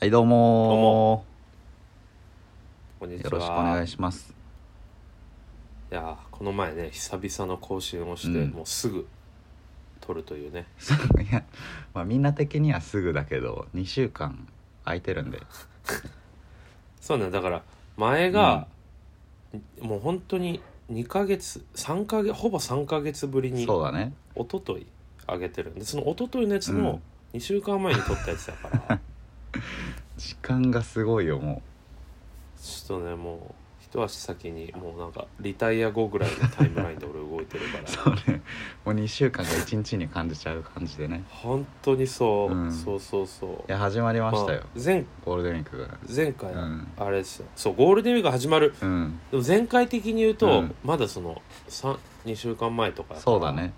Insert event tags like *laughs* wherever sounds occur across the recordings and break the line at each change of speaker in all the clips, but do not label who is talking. はいどう
どう
も
こんに
ー
ちは。
よろしくお願いします
いやーこの前ね久々の更新をして、
うん
もうすぐ撮るというね
*laughs* いや、まあ、みんな的にはすぐだけど2週間空いてるんで
そうねだから前が、もう本当に2ヶ月3ヶ月ほぼ3ヶ月ぶりに
そうだね
一昨日上げてるんでその一昨日のやつも2週間前に撮ったやつだから、
*laughs*
ち
時間がすごいよも
ょっとねもう一足先にもうなんかリタイア後ぐらいのタイムラインで俺動いてる
*laughs*
か
う
ら
そうねもう2週間が1日に感じちゃう感じでね
本当にそう、
うん
そうそうそう
いや始まりましたよ、
あ前
ゴールデンウィークが
前回、
うん
あれですよそうゴールデンウィークが始まる
うん
でも全体的に言うと、
うん
まだその2週間前とかやから
そうだね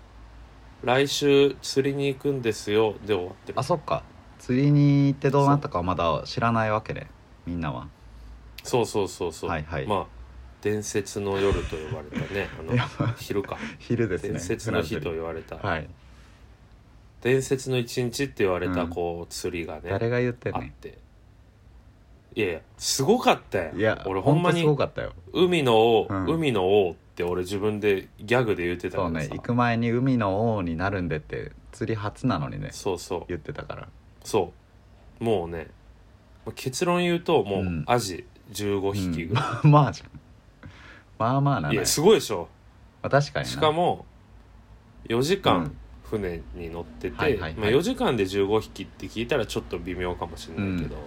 来週釣りに行くんですよで終わってる
あそっか釣りに行ってどうなったかはまだ知らないわけでみんなは
そうそうそうそう、
はいはい
まあ伝説の夜と呼ばれたね
*laughs* いや
あの昼か
昼ですね
伝説の日と
フ
言われた、
ランスはい、
伝説の一日って言われ
う
た
ん
こう釣りがね、
誰が言ってん
あ
ね
っ
ん
ていやいやすごかったよ
いや
俺ほんま
と
に
すごかったよ
海の王、
うん
海の王って俺自分でギャグで言ってたけ
そ
ど
うね
さ
行く前に海の王になるんでって釣り初なのにね
そうそう
言ってたから *laughs*
そうもうね結論言うとも
う
うんアジ15匹ぐらい、
うんまあじゃんまあまあないね
やすごいでしょ
まあ、確かにな
しかも4時
う
間
ん
船に乗ってて、
はいはいはい
まあ、4時間で15匹って聞いたらちょっと微妙かもしれないけど、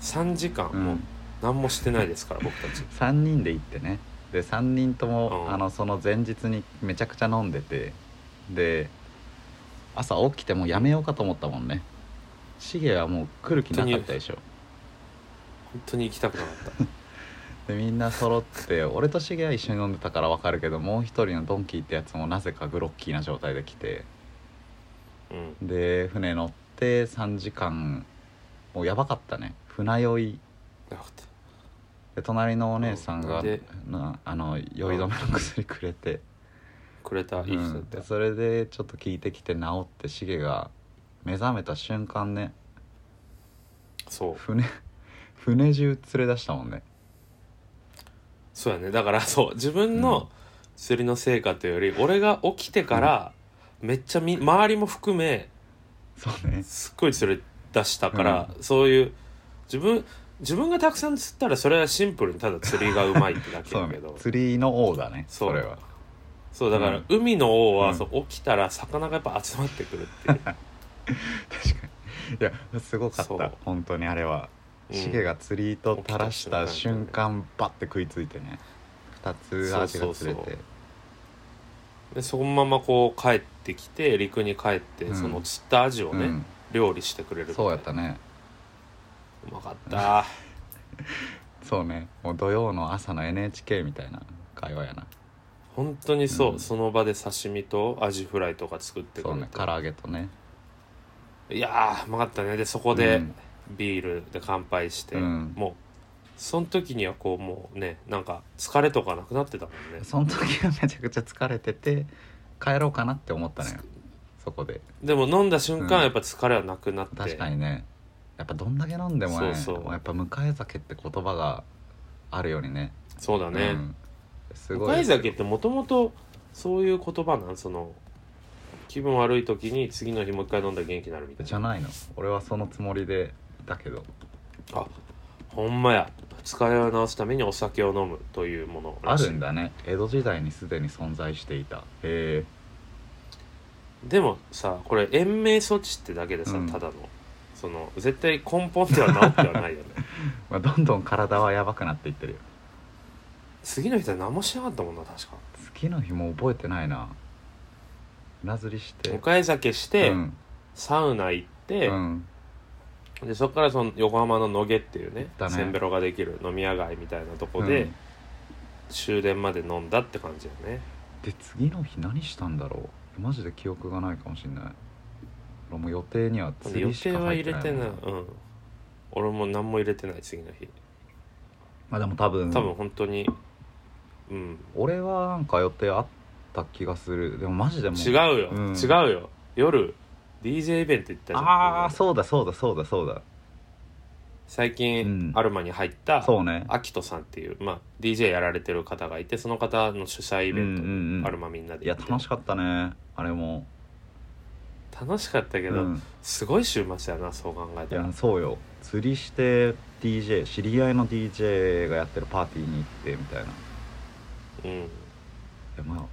3時間
うん
もう何もしてないですから、僕たち *laughs*
3人で行ってねで3人とも、
うん
あのその前日にめちゃくちゃ飲んでてで朝起きてもうやめようかと思ったもんねシゲはもう来る気なかったでしょ
本当に行きたくなかった
でみんな揃って俺とシゲは一緒に飲んでたから分かるけどもう一人のドンキーってやつもなぜかグロッキーな状態で来て
うん
で船乗って3時間もうやばかったね船酔い
なかった
で隣のお姉さんが
で
なあの酔い止めの薬くれて、
くれたいい人だった、
うんそれでちょっと聞いてきて治ってシゲが目覚めた瞬間ね
そう
船 *laughs* 船中連れ出したもんね
そうやねだからそう自分の釣りの成果というより、俺が起きてからめっちゃみ周りも含め
そうね
すっごい連れ出したから、そういう自分自分がたくさん釣ったらそれはシンプルにただ釣りがうまいってだけ
そ
だ
う
け
ね
どそう,、
釣りの王だね
そう
それは
だか
う
ら
ん
海の王は、
うん
そう起きたら魚がやっぱ集まってくるって
*laughs*
いう、
確かにいやすごかっ
そ
た
う
本当にあれは
うん
シゲが釣り糸垂らした瞬間バッて食いついてね2つ味が釣れて
そうそうそうでそのままこう帰ってきて陸に帰って、
うん
その釣ったアジをね、
うん
料理してくれるみたい
そう
な
やったね
うまかった
そうねもう土曜の朝の NHK みたいな会話やな
本当にそう、
うん
その場で刺身とアジフライとか作ってく
そう
れ
ね
て、
唐揚げとね
いやーうまかったねでそこ
う
で
ん
ビールで乾杯して、
うん
もうその時にはこうもうねなんか疲れとかなくなってたもんね
その時はめちゃくちゃ疲れてて帰ろうかなって思ったのよそこで
でも飲んだ瞬
う
間
ん
やっぱ疲れはなくなって、
確かにねやっぱどんだけ飲んでもね
そうそう
もうやっぱ迎え酒って言葉があるようにね
そうだ
う
ね
んす
向
ごい
井酒ってもともとそういう言葉なんその気分悪い時に次の日もう一回飲んだら元気になるみたい
じゃ
な
ないの俺はそのつもりでいたけど
あほんまや疲れを治すためにお酒を飲むというもの
あ
らしい
るんだね江戸時代にすでに存在していたへえ
でもさこれ延命措置ってだけでさ、
うん
ただのその絶対根本では治ってはないよね
まあ、どんどん体はやばくなっていってるよ
次の日は何もしなかったもんな確か
月の日も覚えてないなうなずりして
迎え酒して、
うん
サウナ行って
う、ん、
でそこからその横浜の野毛っていうね
行ったね
せんべろができる飲み屋街みたいなとこで、
うん
終電まで飲んだって感じよね
で次の日何したんだろうマジで記憶がないかもしれない俺もう予定には釣
予
りし
定
か
は
入
入
って
れ
ない
て
もん
ない、うん、俺も何も入れてない次の日
まあでも多分
多分本当にうん、
俺はなんか予定あった気がするでもマジでもう
違うよ、
うん
違うよ夜 DJ イベント行ったじゃん
ああそうだそうだそうだそうだ
最
うん
近アルマに入った、
そうね
アキトさんっていう、まあ、DJ やられてる方がいてその方の主催イベント、
うんうんうん
アルマみんなで
いや
行って
楽しかったねあれも、
楽しかったけ
う
ど、
ん、
すごい週末やなそう考え
い
たら
やそうよ釣りして DJ 知り合いの DJ がやってるパーティーに行ってみたいない
うん
やま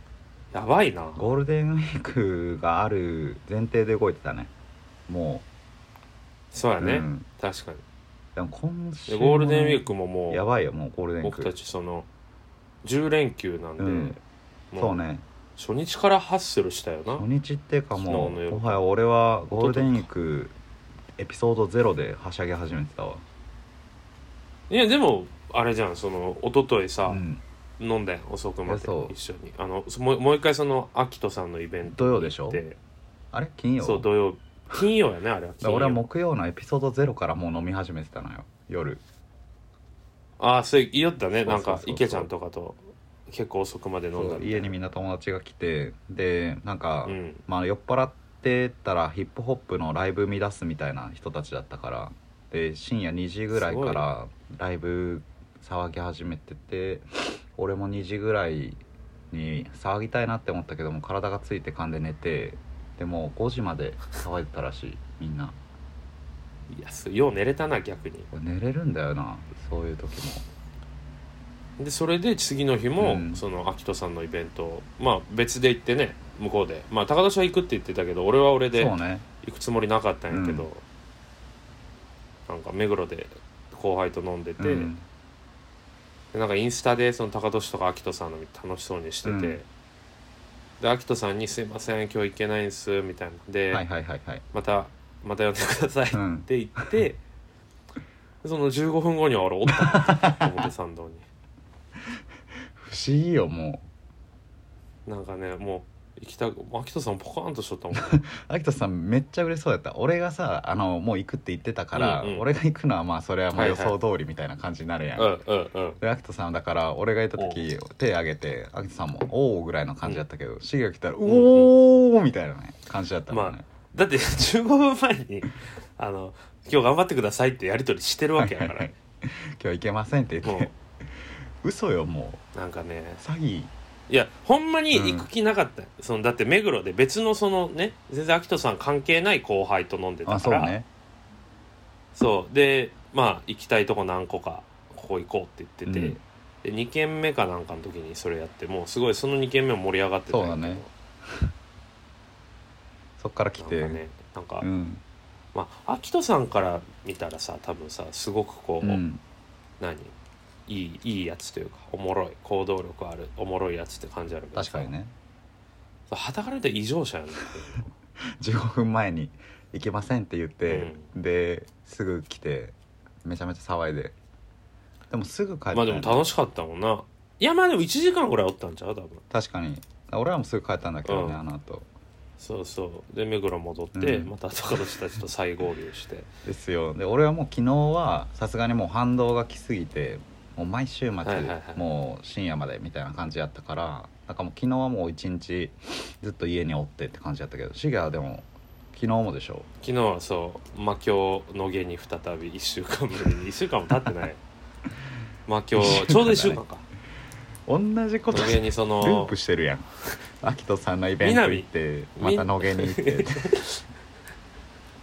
やばいな
あゴールデンウィークがある前提で動いてたねも
そう
う
やね、
うん、
確かに
でも今週
で
もね
ゴールデンウィークもも
や
う
ばいよもうゴールデンウィー
僕た
ク
ちその10連休なんで、
うん
も
そうね
初日からハッスルしたよな
初日ってかも
昨日の夜
うもはや俺はゴールデンウィークエピソードゼロではしゃぎ始めてたわ
いやでもあれじゃんその一昨日さ
う、ん
飲んだよ遅く
い
ま
や
で
そう
一緒にあのそもうもう一回そのアキトさんのイベン
土
ト
曜でしょ
で
あれ金曜
そう土曜金曜やねあ
だ
れは
から俺は
金曜
木曜のエピソードゼロからもう飲み始めてたのよ夜
ああそう言いよったね
そうそ
な
うんそう
か池ちゃんとかと結構遅くまで飲んだ
そう家にみ
見
んな友達が来てでなんか、
うん
まあ酔っ払ってたらヒップホップのライブ見出すみたいな人たちだったからで深夜2時ぐらいからライブ騒ぎ始めてて俺も2時ぐらいに騒ぎたいなって思ったけども体がついて噛んで寝てでもう5時まで騒いでたらしいみんない
やすよう寝れたな逆に
これ寝れるんだよなそういう時も
でそれで次の日も、
うん
そのアキトさんのイベントまあ別で行ってね向こうでまあ高田は行くって言ってたけど俺は俺で
そう
行
ね
くつもりなかったんやけど、
うん
なんか目黒で後輩と飲んでて、
うん
でなんかインスタでその高俊とか秋人さんの楽しそうにしてて、
うん
で秋人さんに「すいません今日行けないんす」みたいなで、
はいはいはいはい
また「また呼んでください」っ
うん
て言って、
*laughs*
でその15分後には俺おったの表参道に *laughs*
不思議よも
なんかねもう行きたくもう秋人さんポカーンとしとったもん
う秋田さんめっちゃ嬉しそうやった俺がさあのもう行くって言ってたから、
うんうん
俺が行くのはまあそれはもう
はい
予
はい
想通りみたいな感じになるやん、
うんうんうん
で秋田さんだから俺がいた時手挙げて秋田さんも「おお」ぐらいの感じだったけどシゲが来たら「
ん
おお」みたいなね感じだったもんね、
だって15分前にあの「今日頑張ってください」ってやり取りしてるわけやか
はいは
ら
い *laughs* 今日行けませんって言っ
も
て嘘よも
うなんかね
う詐欺
いやほんまに行く気なかった、そのだって目黒で別のそのね全然秋人さん関係ない後輩と飲んで
あ
たか
そう
ら
ね
そうでまあ行きたいとこ何個かここ行こうって言ってて、
うん
で2軒目かなんかの時にそれやってもうすごいその2軒目も盛り上がってたんやけど
そうだねそっから来て
なんかねなんか、
うん、
まあ秋人さんから見たらさ多分さすごくこう、
うん、
何いいいいやつというかおもろい行動力あるおもろいやつって感じあるけど
確
さ
かにね
そうはたから見たら異常者
*laughs*
やねん
15分前に「行けません」って言って、ですぐ来てめちゃめちゃ騒いででもすぐ帰った
まあ
よ
で
ね
も楽しかったもんないやまあでも1時間ぐらいおったんちゃう多分
確かに俺らもすぐ帰ったんだけどね、
うん
あの後
そうそうで目黒戻って、
うん
また高田たちと再合流して
ですよで俺はもう昨日はさすがにもう反動が来すぎてもう毎週末、
いはいはい
もう深夜までみたいな感じやったからなんかもう昨日はもう一日ずっと家におってって感じやったけどシゲはでも昨日もでしょ
昨日はそう魔境の下に再び1週間ぶりに1
*laughs*
週間も経ってない魔境
一週間だね
ちょうど1週間か
同じこ
野
と
毛にそ
ルー
の
プしてるやん *laughs* 秋人さんのイベント行ってま
南
た野毛に行っ
*laughs*
て、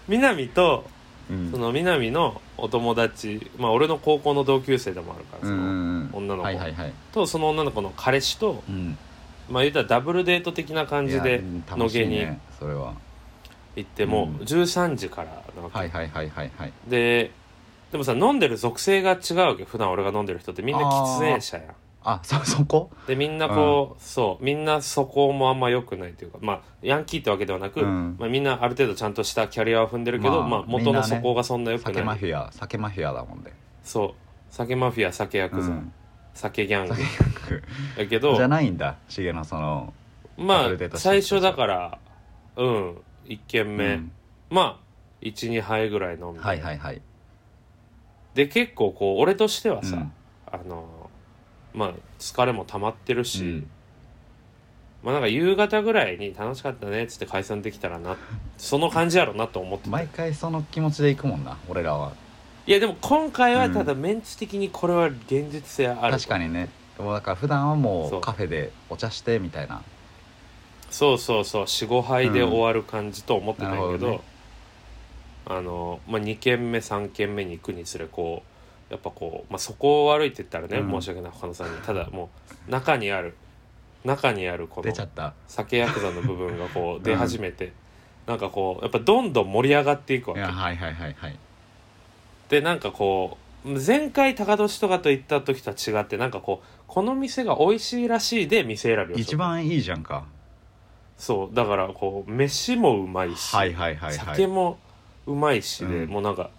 南と
うん、
その南のお友達まあ俺の高校の同級生でもあるから
う
そ
ん
の、
うんうん
女の子
はいはいはい、
とその女の子の彼氏と
うん、
まあ言ったらダブルデート的な感じ
いや
で
うん
野
楽し
毛
い
に
ねそれは
行っても
うん
う13時からなわけ
はいはいはいはいはい
ででもさ飲んでる属性が違うわけ普段俺が飲んでる人ってみんな喫煙者やん
あそ *laughs* そこ
でみんなこう、そうみんなそこもあんま良くないというかまあヤンキーってわけではなく、
うん
まあ、みんなある程度ちゃんとしたキャリアを踏んでるけど、
まあ
まあ、
みん
元
な
の
ね
そこがそんな良くな
酒
い、
マフィア酒マフィアだもんで、
そう酒マフィア酒ヤ
う
クザ、
ん、
酒ギャング
酒
やけ
じゃ
ど
ないんだシゲのその
ま
ダブルデー
あ
トして
最初だからうん1軒目、
うん
まあ12杯ぐらい飲んで、
はいはいはい、
で結構こう俺としては
う
さ、
ん
あのまあ疲れも溜まってるし、
うん
まあなんか夕方ぐらいに楽しかったねっつって解散できたらなその感じやろなと思ってて
毎回その気持ちで行くもんな俺らは
いやでも今回は
うん
ただメンツ的にこれは現実性ある
確かにねでもだから普段はも
そう
うカフェでお茶してみたいな
そうそうそう45杯で
うん
終わる感じと思ってたんやけ
なる
ど,、
ほどね
あのまあ、2軒目3軒目に行くにつれこうやっぱこう、まあ、そこを悪いって言ったら
う
ね、
ん
申し訳ない他のさんにただもう中にある中にあるこ
出
の
ちゃった
酒ヤクザの部分がこう出
*laughs* うん
始めて、なんかこうやっぱどんどん盛り上がっていくわ
い
け
やはいはいはいはい
でなんかこう前回高年とかと行った時とは違ってなんかこうこの店が美味しいらしいで店選びをする
一番いいじゃんか
そうだからこう飯もうまいし、
はいはいはいは
酒
い
もうまいしで、
うん
もうなんか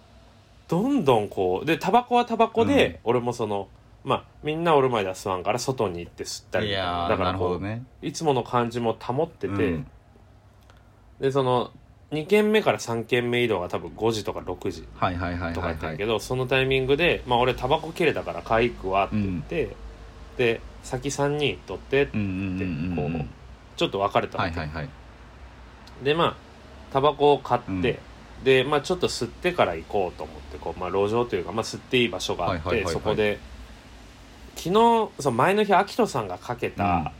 どんどんこうでタバコはタバコで、俺もそのまあみんなおる前では吸わんから外に行って吸ったり
い
とか
や
だ
ー
か
な
ら
るほ
こ
ど
う、
ね
いつもの感じも保ってて、
うん
でその2軒目から3軒目移動が多分5時とか6時
はいはいはい
と
は
かや
い
ったん
は
や
い
けど、そのタイミングで「まあ、俺タバコ切れたから買い行くわ」って言って、で先3人取って
うんうんうんうんうん
ちょっと別れたわ
はい
け
はいはい
でまあタバコを買って、でまあちょっと吸ってから行こうと思ってこう、まあ、路上というか、まあ、吸っていい場所があって、
はいはいはいはい
そこで昨日その前の日アキトさんがかけた、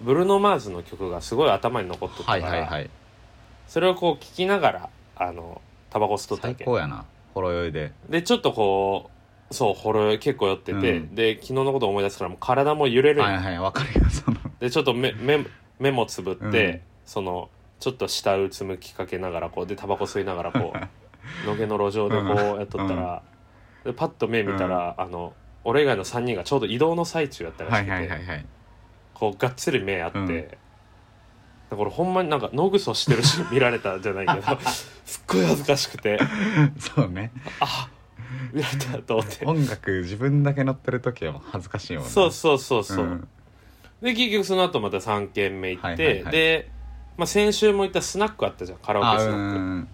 ブルーノ・マーズの曲がすごい頭に残ってたか
はい
ら、
はいはい
それをこう聴きながらあのタバコ吸っとったわ
最
け
高やなほろ酔いで
でちょっとこうそうほろ酔い結構酔ってて、
うん
で昨日のこと思い出すからもう体も揺れるんよ、
はいはいわかるよその
でちょっと目目目もつぶって、
うん
そのちょっと下うつむきかけながらこうでタバコ吸いながらこ
*laughs*
うのげの路上でこうやっとったら、でパッと目見たら、あの俺以外の3人がちょうど移動の最中やったら
は
しく
い
て、
はいはいはい
こうがっつり目あって、
うん
だから俺ほんまになんか野ぐそしてるし見られたじゃな
*laughs*
いけどすっごい恥ずかしくて
そうね
あ見られたと思って。
音楽自分だけ乗ってる時は恥ずかしいもんね
そうそうそうそう、
ん
で結局その後また3軒目行って、
はいはいはい
で、まあ、先週も行ったスナックあったじゃんカラオ
あ
ケ
う
ス
ん
ナ
う
ックあ,、
ん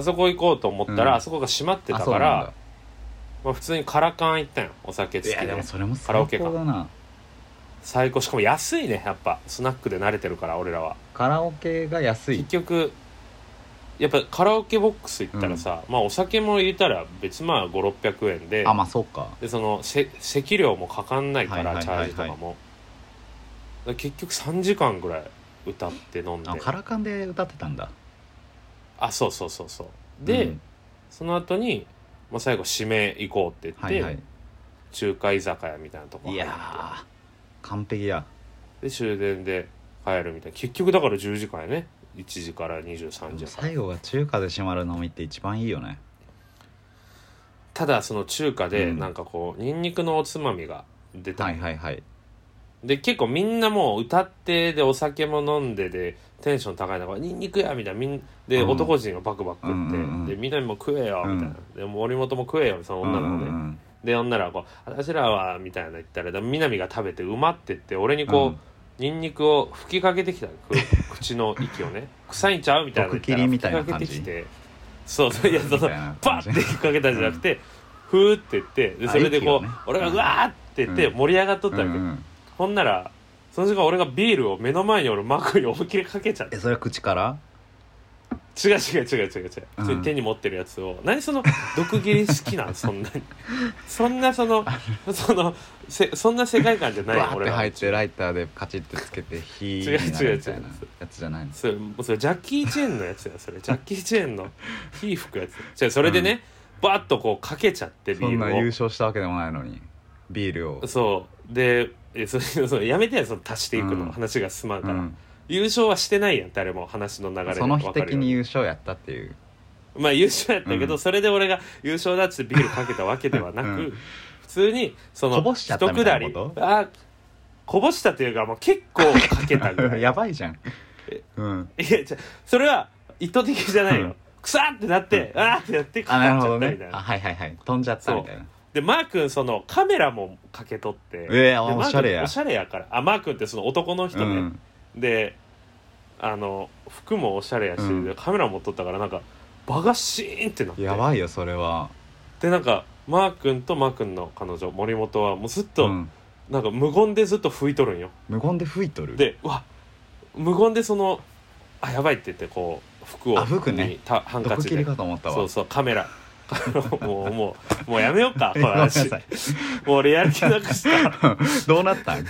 そこ行こうと思ったら、
うん
あそこが閉まって
あ
た
そう
か
なん
らまあ、普通にカラカン行ったんよお酒
だ
付
い
き
やで
で
もそれも最
カラオケか
高だな
最高しかも安いねやっぱスナックで慣れてるから俺らは
カラオケが安い
結局やっぱカラオケボックス行ったらさ、まあお酒も入れたら別まあ5600円で
あまあそうか
でそのせ席料もかかんないから、
はいはいはいはい
チャージとかもだから結局3時間ぐらい歌って飲んで
あカラカンで歌ってたんだ
あそうそうそうそうで、
うん
その後にもう最後締め行こうって言って、
はいはい
中華居酒屋みたいなとこ
い
入って
やー完璧や
で終電で帰るみたいな結局だから10時間やね1時から23時
最後が中華で閉まる飲みって一番いいよね
ただその中華で
うん
なんかこう、ニンニクのおつまみが出た、
はいはいはい
で結構みんなもう歌ってでお酒も飲んででテンション高い中ニンニクやみたいなみんで、
うん
男陣をバクバク食って、
うんうんうん
でみんなも食えよみたいな、で森本も食えよその女の子ね、
うんうん
で女らはこう「私らは」みたいな言ったらでも南が食べてうまってって俺に
う
こ
ん
う、ニンニクを吹きかけてき
*laughs*
たく口の息をね臭いんちゃうみたいな言った
毒
ら
切りみたいな感じ
吹きかけてきてそうそういやその
みたいな
バ
感
ッ
じ
て吹きかけたんじゃなくて、ふーって言ってでそれでこ
あ息
う、
をね
俺がうわーって言って
うん
盛り上がっとったわけ、
うんうん
ほんならその時間俺がビールを目の前に俺マクに思いっきりかけちゃって
えそれは口から
違う違う違う違う違う、
うん
それ手に持ってるやつを何その毒斬り好き
*laughs*
なんそんなにそんなそのそのせそんな世界観じゃないよ
わーっ
俺
て
ら
入ってライターでカチッてつけ
*laughs*
て火に
違う
なるみた
違う違
いうなやつじゃないの
それもうそれジャッキー・チェンのやつやそれジャッキー・チェンの火吹くやつじゃあそれでね、バーッとこうかけちゃってビ
そんな優
ール
勝したわけでもないのにビールを
をそうでえそそのやめてやその足していくの、
うん
話が進まん
う
から、
ん
優勝はしてないやん誰も話の流れで
その日
わかるよ
的
う
に優勝やったっていう
まあ優勝やったけど、
うん
それで俺が優勝だっつってビールかけたわけではなく、
うん
普通にその
こぼしちゃったみたいなこと
一くだりあこぼしたというかもう結構かけたぐらいい
*laughs*
や
やばいじゃん
*laughs*
うん
じゃそれは意図的じゃない
う
よ、
ん
くさってなって、あーってやってか
あな
か
る
っち
ほど
ゃったみ
ね
たいな、
あはいはいはい飛んじゃったみたいな
でマー君そのカメラもかけとって
ええあ
でマー君
おしゃれや
おしゃれやからあマー君ってその男の人ね、
うん
であの服もおしゃれやし、
うん
でカメラ持っとったからなんか場がシーンってなって
やばいよそれは
でなんかマー君とマー君の彼女森本はもうずっと、
うん
なんか無言でずっと拭いとるんよ
無言で吹いとる
でうわ無言でそのあやばいって言ってこう服を
あ服ね
にたハンカ
毒
チ
切り
で
かと思った
そう
わ
そうカメラ *laughs* もうもうもうやめようかこ
*laughs*
の
ごめ
話
んなさい
もう俺やる気なくしたい
*laughs* どうなったん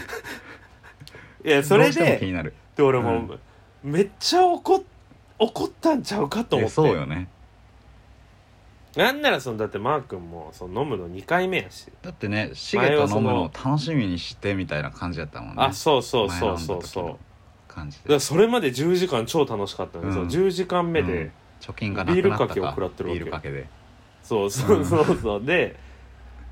やそれ
どうしても気に
で
なる
で俺もう、めっちゃ怒っ怒ったんちゃうかと思
え
って
そうよね
なんならそのだってマー君もその飲むの2回目やし、
だってねシゲと飲むのを楽しみにしてみたいな感じやったもんね
あそうそうそ
前
うそう
飲んだ時
そ
の感じ
うだか
で
らそれまで10時間超楽しかったんで、
うん
そう10時間目で、
うん貯金がなくなったか
ビールかけを食らってるわけ
ビールかけで
そうそううんそうそうで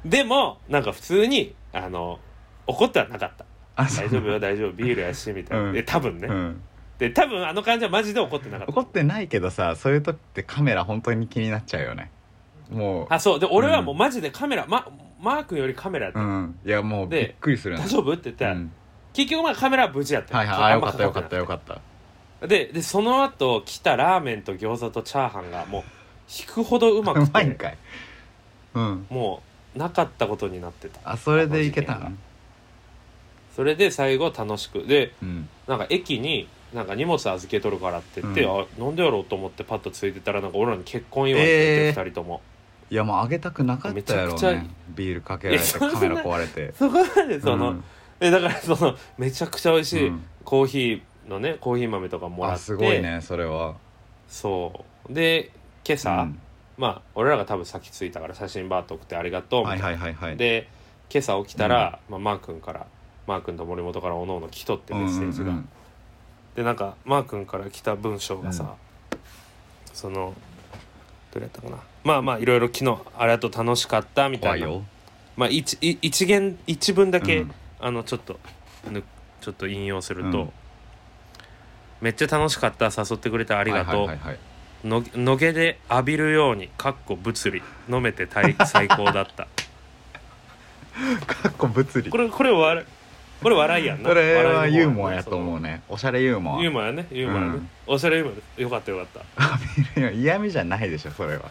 でもなんか普通にあの怒ってはなかった
あ
大丈夫
*laughs*
よ大丈夫ビールやしみたいな、
うん
で多分ね、
うん
で多分あの感じはマジで怒ってなかった
怒ってないけどさそういう時ってカメラ本当に気になっちゃうよねも
あそうで俺はもうマジでカメラ、ま、マー君よりカメラやっ
う
た、
うんいやもうび
で
っくりするよね
大丈夫って言ったら、
うん
結局まあカメラは無事やった、
はいはいあ
あん
よ
ま
かったよか
な
ったよかった
ででその後来たラーメンと餃子とチャーハンがもう引くほどうま
う
く
まいん
て
かいうん
もうなかったことになってた
あそれでいけた
あの
ん
それで最後楽しくで
うん
なんか駅になんか荷物預けとるからって言って、
うん
あなんでやろうと思ってパッとついてたらなんか俺らに結婚祝いって
えー
言って2人とも、
いやもうあげたくなかったやろ
め
う
ちゃく
ね
ち
ビールかけられ
いや
て
そ
カ
んな
メラ壊れて
そこまでその、
うん
えだからそのめちゃくちゃ美味しい、
うん
コーヒーのねコーヒー豆とかもらっ
あ
て
すごいねそれは
そうで今朝、
うん
まあ俺らが多分先着いたから写真バーッと送ってありがとうみた
はいい
な
はいはいはい
で今朝起きたら、まあ、マー君からマー君と森本からおのおの来とってメッセージが、
うんうんうん
でなんかマー君から来た文章がさ、そのどれやったかなまあまあいろいろ昨日あれだと楽しかったみた
怖
い
い
な
よ
まあ一一一元一文だけ、
うん
あのちょっとぬちょっと引用すると、
うん
めっちゃ楽しかった誘ってくれてあ
あ
りが
は
とう、
いはいはいはい
ののげで浴びるようにかっこ物理飲めて
*laughs*
大最高だった
かっこ物理
これこれ笑これ笑いやんな
それは
笑い
ユ
の方
ーモ
やんな
アやと思うねおしゃれユー
そ
モ
の
ア
ユーモアやねユーモアやね、
うん
おしゃれユーモアですよかったよかっ
いや嫌味じゃないでしょそれは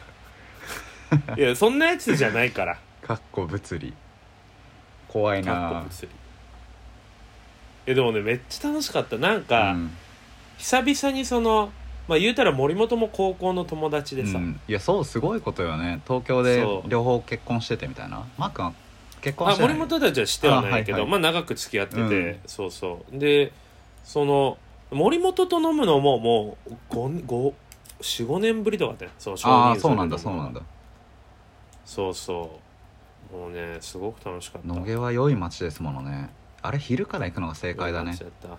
たいやそんなやつじゃないから
かっこ物理怖い
かっこ
な
物理えでもねめっちゃ楽しかったなんか、
うん
久々にそのまあ言うたら森本も高校の友達でさ、
うんいやそうすごいことよね東京で
そう
両方結婚しててみたいなマー君は結婚
あ
してない
森本たちはしてはないけど
あはいはい
まあ長く付き合ってて、
うん
そうそうでその森本と飲むのももう45年ぶりとかだよその少
ああ
人数
そうなんだ
で
そ
飲
う
むの
なんだ
そうそうもうねすごく楽しかった
野毛は良い町ですものねあれ昼から行くのが正解だね
ちゃった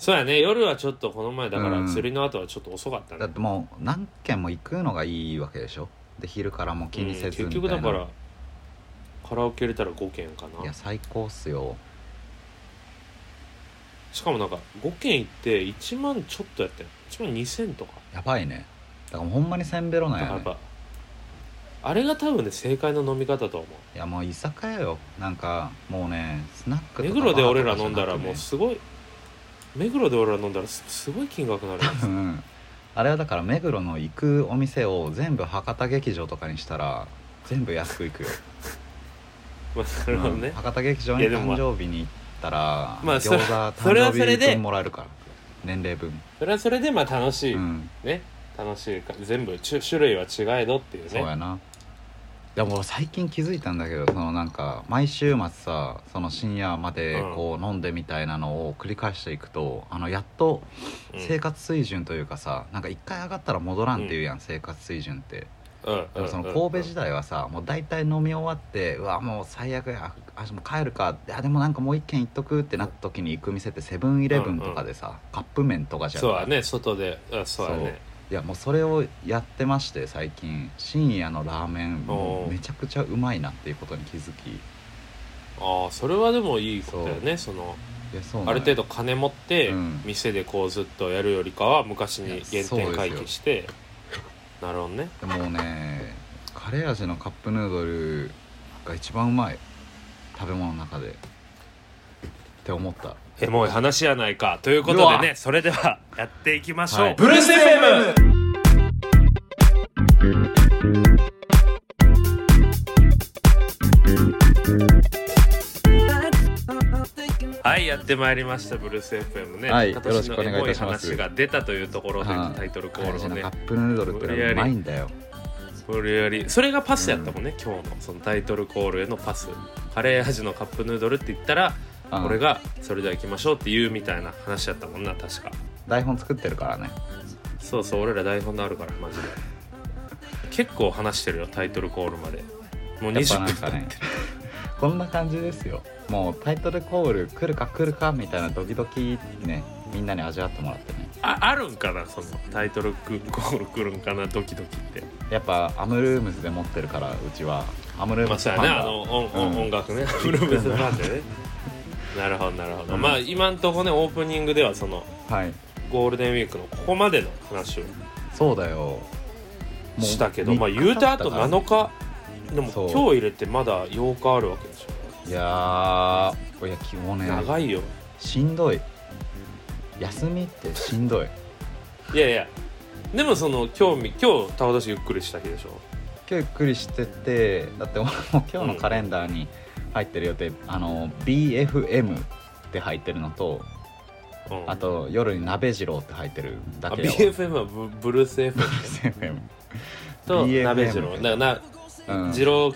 そうやね夜はちょっとこの前だから
うん
釣りの後はちょっと遅かったね、
だってもう何軒も行くのがいいわけでしょで昼からも気にせず
うん
みた
結
い
局
な、
だからカラオケ入れたら5軒か
い
な
や最高っすよ
しかもなんか5軒行って1万ちょっとやったよ1万2000とか
やばいねだからほんまにせんべろな
だ
ん
から
や
やっ
ね
ぱあれが多分ね正解の飲み方と思う
いやもう居酒屋よなんかもうねスナックとか
目黒で俺ら飲んだ
バー
ら
と
も
か
う
じ
すごい目黒で俺ら飲んだらすすごい金額にな
*laughs*
る
ゃ
よ
なくてねうんあれはだから目黒の行くお店を全部博多劇場とかにしたら全部安く行くよ、
*laughs* まあそれは
うん
ね、
博多劇場
い
に
やでも
誕
まあ
生日に行ったら
まあ
餃
そ
子
れそれ
誕
は
生日
それで
分もらえるから年齢分、
それはそれでまあ楽しい、
うん、
ね楽しいか全部ちゅ種類は違えどっていう
そう
ね
やなでも俺最近気づいたんだけどそのなんか毎週末さその深夜まで
うん
こう飲んでみたいなのを繰り返していくと、あのやっと
うん
生活水準というかさ、なんか一回上がったら戻らんっていうやん、生活水準って
うん
でもその
うん
神戸時代はさもう大体飲み終わってうわもう最悪やあもう帰るかあでもなんかもう一軒行っとくってなった時に行く店ってセブンイレブンとかでさ、カップ麺とかじゃん
そうやね外であそうやね
いやもうそれをやってまして最近深夜のラーメンも
おー
めちゃくちゃうまいなっていうことに気づきい
ああそれはでもいいことだよねその
やそう
ある程
度
度金持って
うん
店でこうずっとやるよりかは昔に
いや
原
そうですよ
点回帰してなるほどね
でもねカレー味のカップヌードルが一番うまい食べ物の中でって思った
エモい話やないかということで
う
ね
わ
それではやっていきましょう、
はい
ブルース FM はいやってまいりましたブルース FM ね、
はい
今
よろし
年
くお
の
願
エ
いい
モ
た
い
します
話が出たというところで
はい
タイトルコ
カレー
ール
味
を
の
ね
カップヌードルってのはうまいんだよ
これよりそれがパスやったもんね、今日のそのタイトルコールへのパスカレー味のカップヌードルって言ったら、
うん
これがそれでは行きましょうっていうみたいな話やったもんな確か
台本作ってるからね
そうそう俺ら台本のあるからマジで結構話してるよタイトルコールまでもう
やっぱ
20
なん
分
かねこんな感じですよもうタイトルコール来るか来るかみたいなドキドキねみんなに味わってもらってね
ああるんかなそのタイトルコール来るんかなドキドキって
やっぱアムルームスで持ってるからうちはアムルー
まあ
ムス
そう
ファ
や
ン
ね
だ
あの音,、
うん
音楽ねフルームスファンでねなるほどなるほど、
うん
まあ今んとこねオープニングではその
はい
ゴールデンウィークのここまでの話を
そうだよもう
したけどまあ
三
言うてあ
経
と
ったから
7日でも
そ
今
う
日入れてまだ8日あるわけでし
いやーいや気も
ょ
ね
長いよ
しんどい休みってしんどい
いやいやでもその今日み今日田しゆっくりした日でしょ
ゆっくりしててだって俺 *laughs* も今日のカレンダーに入ってる予定、あの BFM って入ってるのと
うん
あと夜に鍋次郎って入ってるだ
あ
けよ *laughs*
BFM はブブルース FM
BFM
と
BFM
鍋二郎だからな
うん
二郎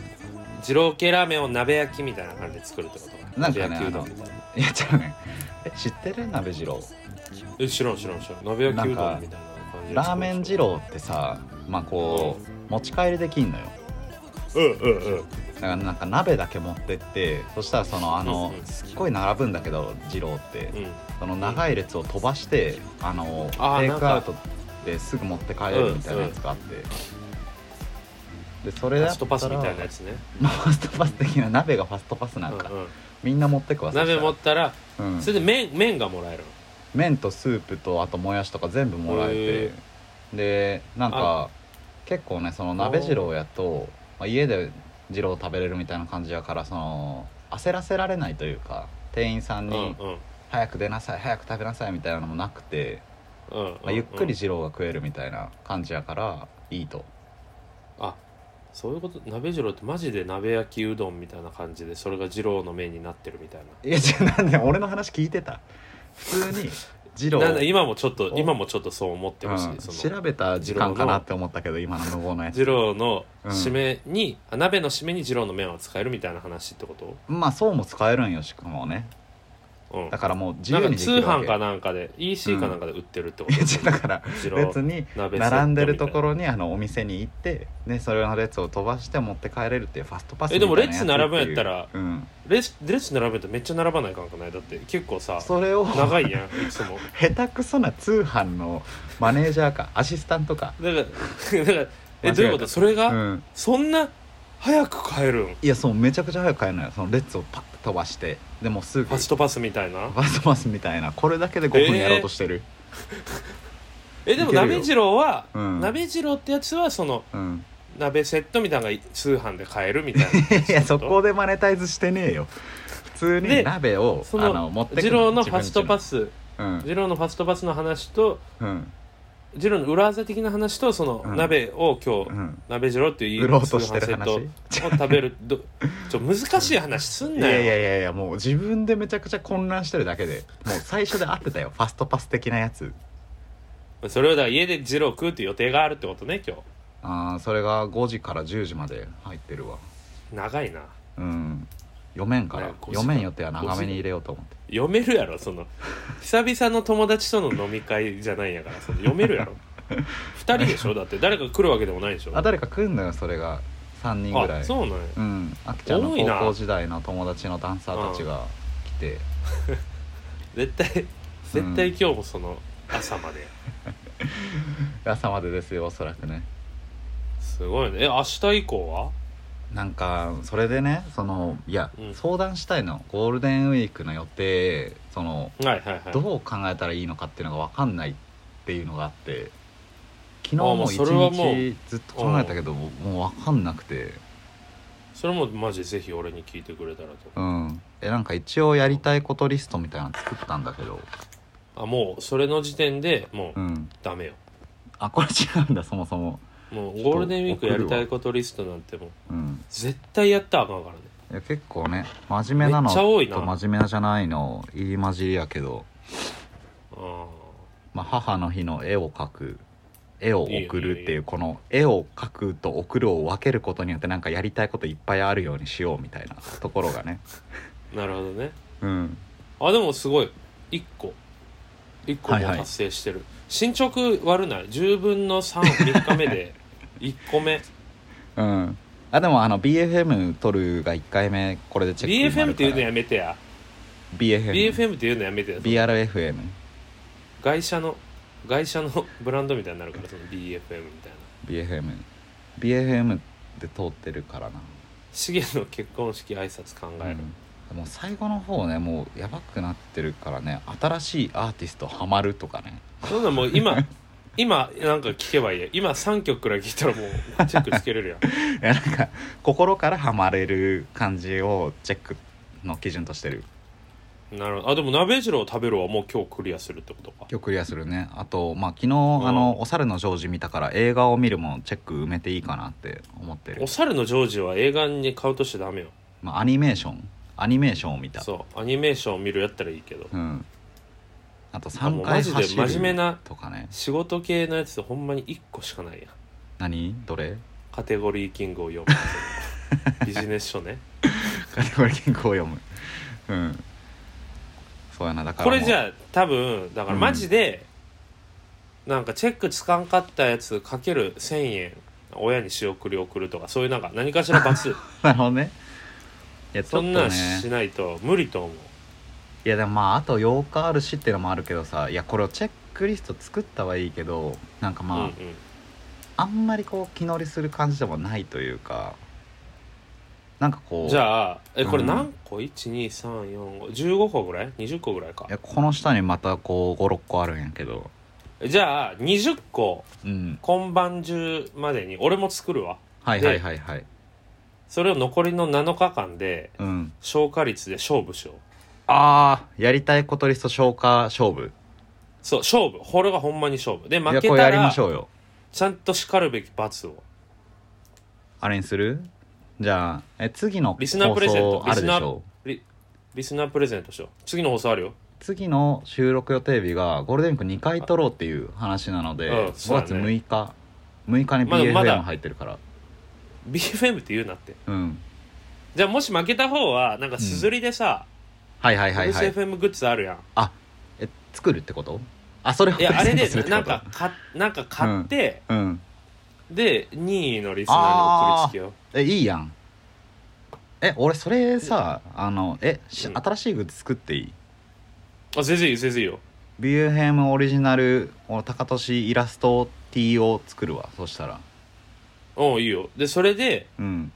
二郎系ラーメンを鍋焼きみたいな感じで作るってことか
なんかね
鍋焼きうどんみたいない
や違うねえ知ってる鍋次郎
え知らん知らん知らん鍋焼きうど
なんか
んみたいな感じで作る
ラーメン二郎ってさまあこう持ち帰りできんのよ
うんうんうん
だからなんか鍋だけ持ってってそしたらそのあの
うんうん
すっごい並ぶんだけど二郎って
うん
その長い列を飛ばしてあの
あー
テイクアウトですぐ持って帰れるみたいなやつがあって、でそれだ
ファ
っ
ストパスみたいなや
つ
つね
*laughs* ファストパス的な鍋がファストパスなんか、
うんうん
みんな持ってくわそしたら
鍋持ったら
うん
それで麺麺がもらえるの
麺とスープとあともやしとか全部もらえ
へ
てでなんか結構ねその鍋二郎やと、まあ、家で二郎食べれるみたいな感じやからその焦らせられないというか店員さんに
うんうん
「早く出なさい早く食べなさい」みたいなのもなくて、
うんうん
まあ、ゆっくり二郎が食えるみたいな感じやからいいと
あそういうこと鍋二郎ってマジで鍋焼きうどんみたいな感じでそれが二郎の麺になってるみたいない
やじゃあなんで俺の話聞いてた普通に二郎
なんだ今もちょっと
お
今もちょっとそう思ってほしい、
うん
その
調べた時間かなって思ったけど今の無謀のやつ
二郎の
うん
締めに、あ鍋の締めに二郎の麺は使えるみたいな話ってこと、
まあそうも使えるんよしかもね
うん、
だからもう自
な
由
ん
にで
か通
きるわけ
販かなんかで EC かなんかで売ってるってこ
い
と、
やじゃ *laughs* あだから
二郎
別に
鍋セットみたいな
並んでるところにあのお店に行ってねそれの列を飛ばして持って帰れるっていうファストパス
えでも
みたいなやつ
列並ぶんやったら
っていううん
レシレシ並べるとめっちゃ並ばないかんかないだって結構さ
それを
長いやんいつも
下手くそな通販のマネージャーかアシスタントか
だからだ *laughs* から
間違え
え
た
どういうことそれが、
うん
そんな早く帰るん
いやそうめちゃくちゃ早く帰るのよその列をパッと飛ばしてでもうすぐ
ファストパスみたいな
ファストパスみたいなこれだけで5分やろうとしてる、
えで
いけ
も
るよ
鍋次郎は、
うん
鍋次郎ってやつはその
うん
鍋セットみたいなのが通販で買えるみたいな
*laughs* いやそこでマネタイズしてねえよ普通に
で
鍋を
そ
あの持っ
の
てく
次郎のファストパ
ス
ス
うん
次郎のファストパスの話と
うん
次郎の裏技的な話とその
うん
鍋を今日、
うん
鍋次郎っていう
売ろうとしてる話
通販セットを食べるどちょ難しい話すん
い
な
や
よ
いやいやいやもう自分でめちゃくちゃ混乱してるだけでもう最初で合ってたよファストパス的なやつ
それをだから家で次郎食うっていう予定があるってことね今
あーそれが5時から10時まで入ってるわ
日長いな
うん読めんから、
ね5時から
読めん予定は長めに入れようと思って
読めるやろその久々の友達との飲み会じゃないんやからその読め
*laughs*
るやろ二人でしょだって誰か来るわけでもないでしょ
あ誰か来んのよそれが3人ぐらい
あそうなんや
うんあきちゃんの
多いな
高校時代の友達のダンサーたちが来て
絶対絶対今日もその朝まで、
朝までですよおそらくね
すごいねえ明日以降は
なんかそれでねそのいや、
うん
相談したいのゴールデンウィークの予定その
はいはいはい
どう考えたらいいのかっていうのが分かんないっていうのがあって昨日
あも
も
うそれは
一
もう
日ずっと考えたけどもうもう分かんなくて
それもマジぜひ俺に聞いてくれたらと、
うんえなんか一応やりたいことリストみたいなの作ったんだけど
あもうそれの時点でも
う
うんダメよ
あこれ違うんだそもそも
もうゴールデンウィークやりたいことリストなんても
う
う
ん
絶対やったらあかんからね
いや結構ね真面目なの
めっちゃ多いな
と真面目じゃないの入り混じりやけど、
あ
まあ、母の日の絵を描く絵を送るって
いいよいいよいい
い
よ
うこの絵を描くと送るを分けることによってなんかやりたいこといっぱいあるようにしようみたいなところがね
なるほどね
うん
あでもすごい1個1個もう達成してる、進捗悪ない10分の33日目で1
*laughs*
個目
うんあでもあの BFM 撮るが1回目これでチェック
BFM っていうの
や
やめてや
BFM
BFM っていうのやめてや
BRFM
外社の外社の *laughs* ブランドみたいになるからその BFM みたいな
BFM BFM で通ってるからな
シゲの結婚式挨拶考える、
うんもう最後の方ねもうやばくなってるからね新しいアーティストハマるとかね
そんなんもう今 *laughs* 今なんか聞けばいいや今3曲くらい聞いたらもうチェックつけれるやん
いやなんか心からハマれる感じをチェックの基準としてる *laughs*
なるほどあでも鍋汁を食べるはもう今日クリアするってことか
今日クリアするねあとまあ昨日、
ん
あのお猿のジョージ見たから映画を見るもチェック埋めていいかなって思ってる
お、猿のジョージは映画に買うとしてダメよ
まあ、アニメーションアニメーションを見た
そうアニメーションを見るやったらいいけど
うんあと
あも
3
うマ
回
ジで
走る
真面目な
とかね
仕事系のやつってほんまに1個しかないやん
何どれ
カテゴリーキングを読む
*laughs*
ビジネス書ね
カテゴリー原稿を読むうんそうやなだから
これじ
あ
ゃあ多分だからマジで、なんかチェックつかんかったやつかける1,000円親に仕送り送るとかそういうなんか何かし
*laughs*
ら罰
なるほどねいやちょ
そ
っと
んなん
ね
しないと無理と思う
いやでもまああと8日あるしってのもあるけどさいやこれをチェックリスト作ったはいいけどなんかまあ、
うんうん、
あんまりこう気乗りする感じでもないというかなんかこう
じゃあえこれ
うん
何個、?1234515個ぐらい20個ぐらいか
いやこの下にまたこう56個あるんやけど
じゃあ20個
うん
今晩中までに俺も作るわ
はい
で
はいはいはい
それを残りの7日間で
うん
消化率で勝負しよう
あーやりたいことリスト消化勝負
そう勝負これがほんまに勝負で負
いや
け
これや
た
りま
ら
しょうよ
ちゃんと叱るべき罰を
あれにするじゃあえ次の放
リスナープレゼント
送あるで
リス
し
ナ
ょ
リリスナープレゼントしよう次の放送あるよ
次の収録予定日がゴールデンウィーク2回撮ろうっていう話なので、
うんそう
5
だね
月6日6日に
まだまだ
BFM 入ってるから、
BFM って言うなって
うん
じゃあもし負けた方はなんかすずりでさ、
はいはいはいはい
SFM グッズあるやん
あえ作るってことあそれを
いやあれ
プレ
で
*laughs* ゼントするって
な
こ
ん
と
かかなんか買って、
うん
で2位のリスナーに送りつけよう
えいいやんえ俺それさあのえ、し
うん
新しいグッズ作っていい
あ全然いいよ全然いいよ
ビューヘムオリジナルお高俊イラスト T を作るわそしたら
うんいいよでそれで
うん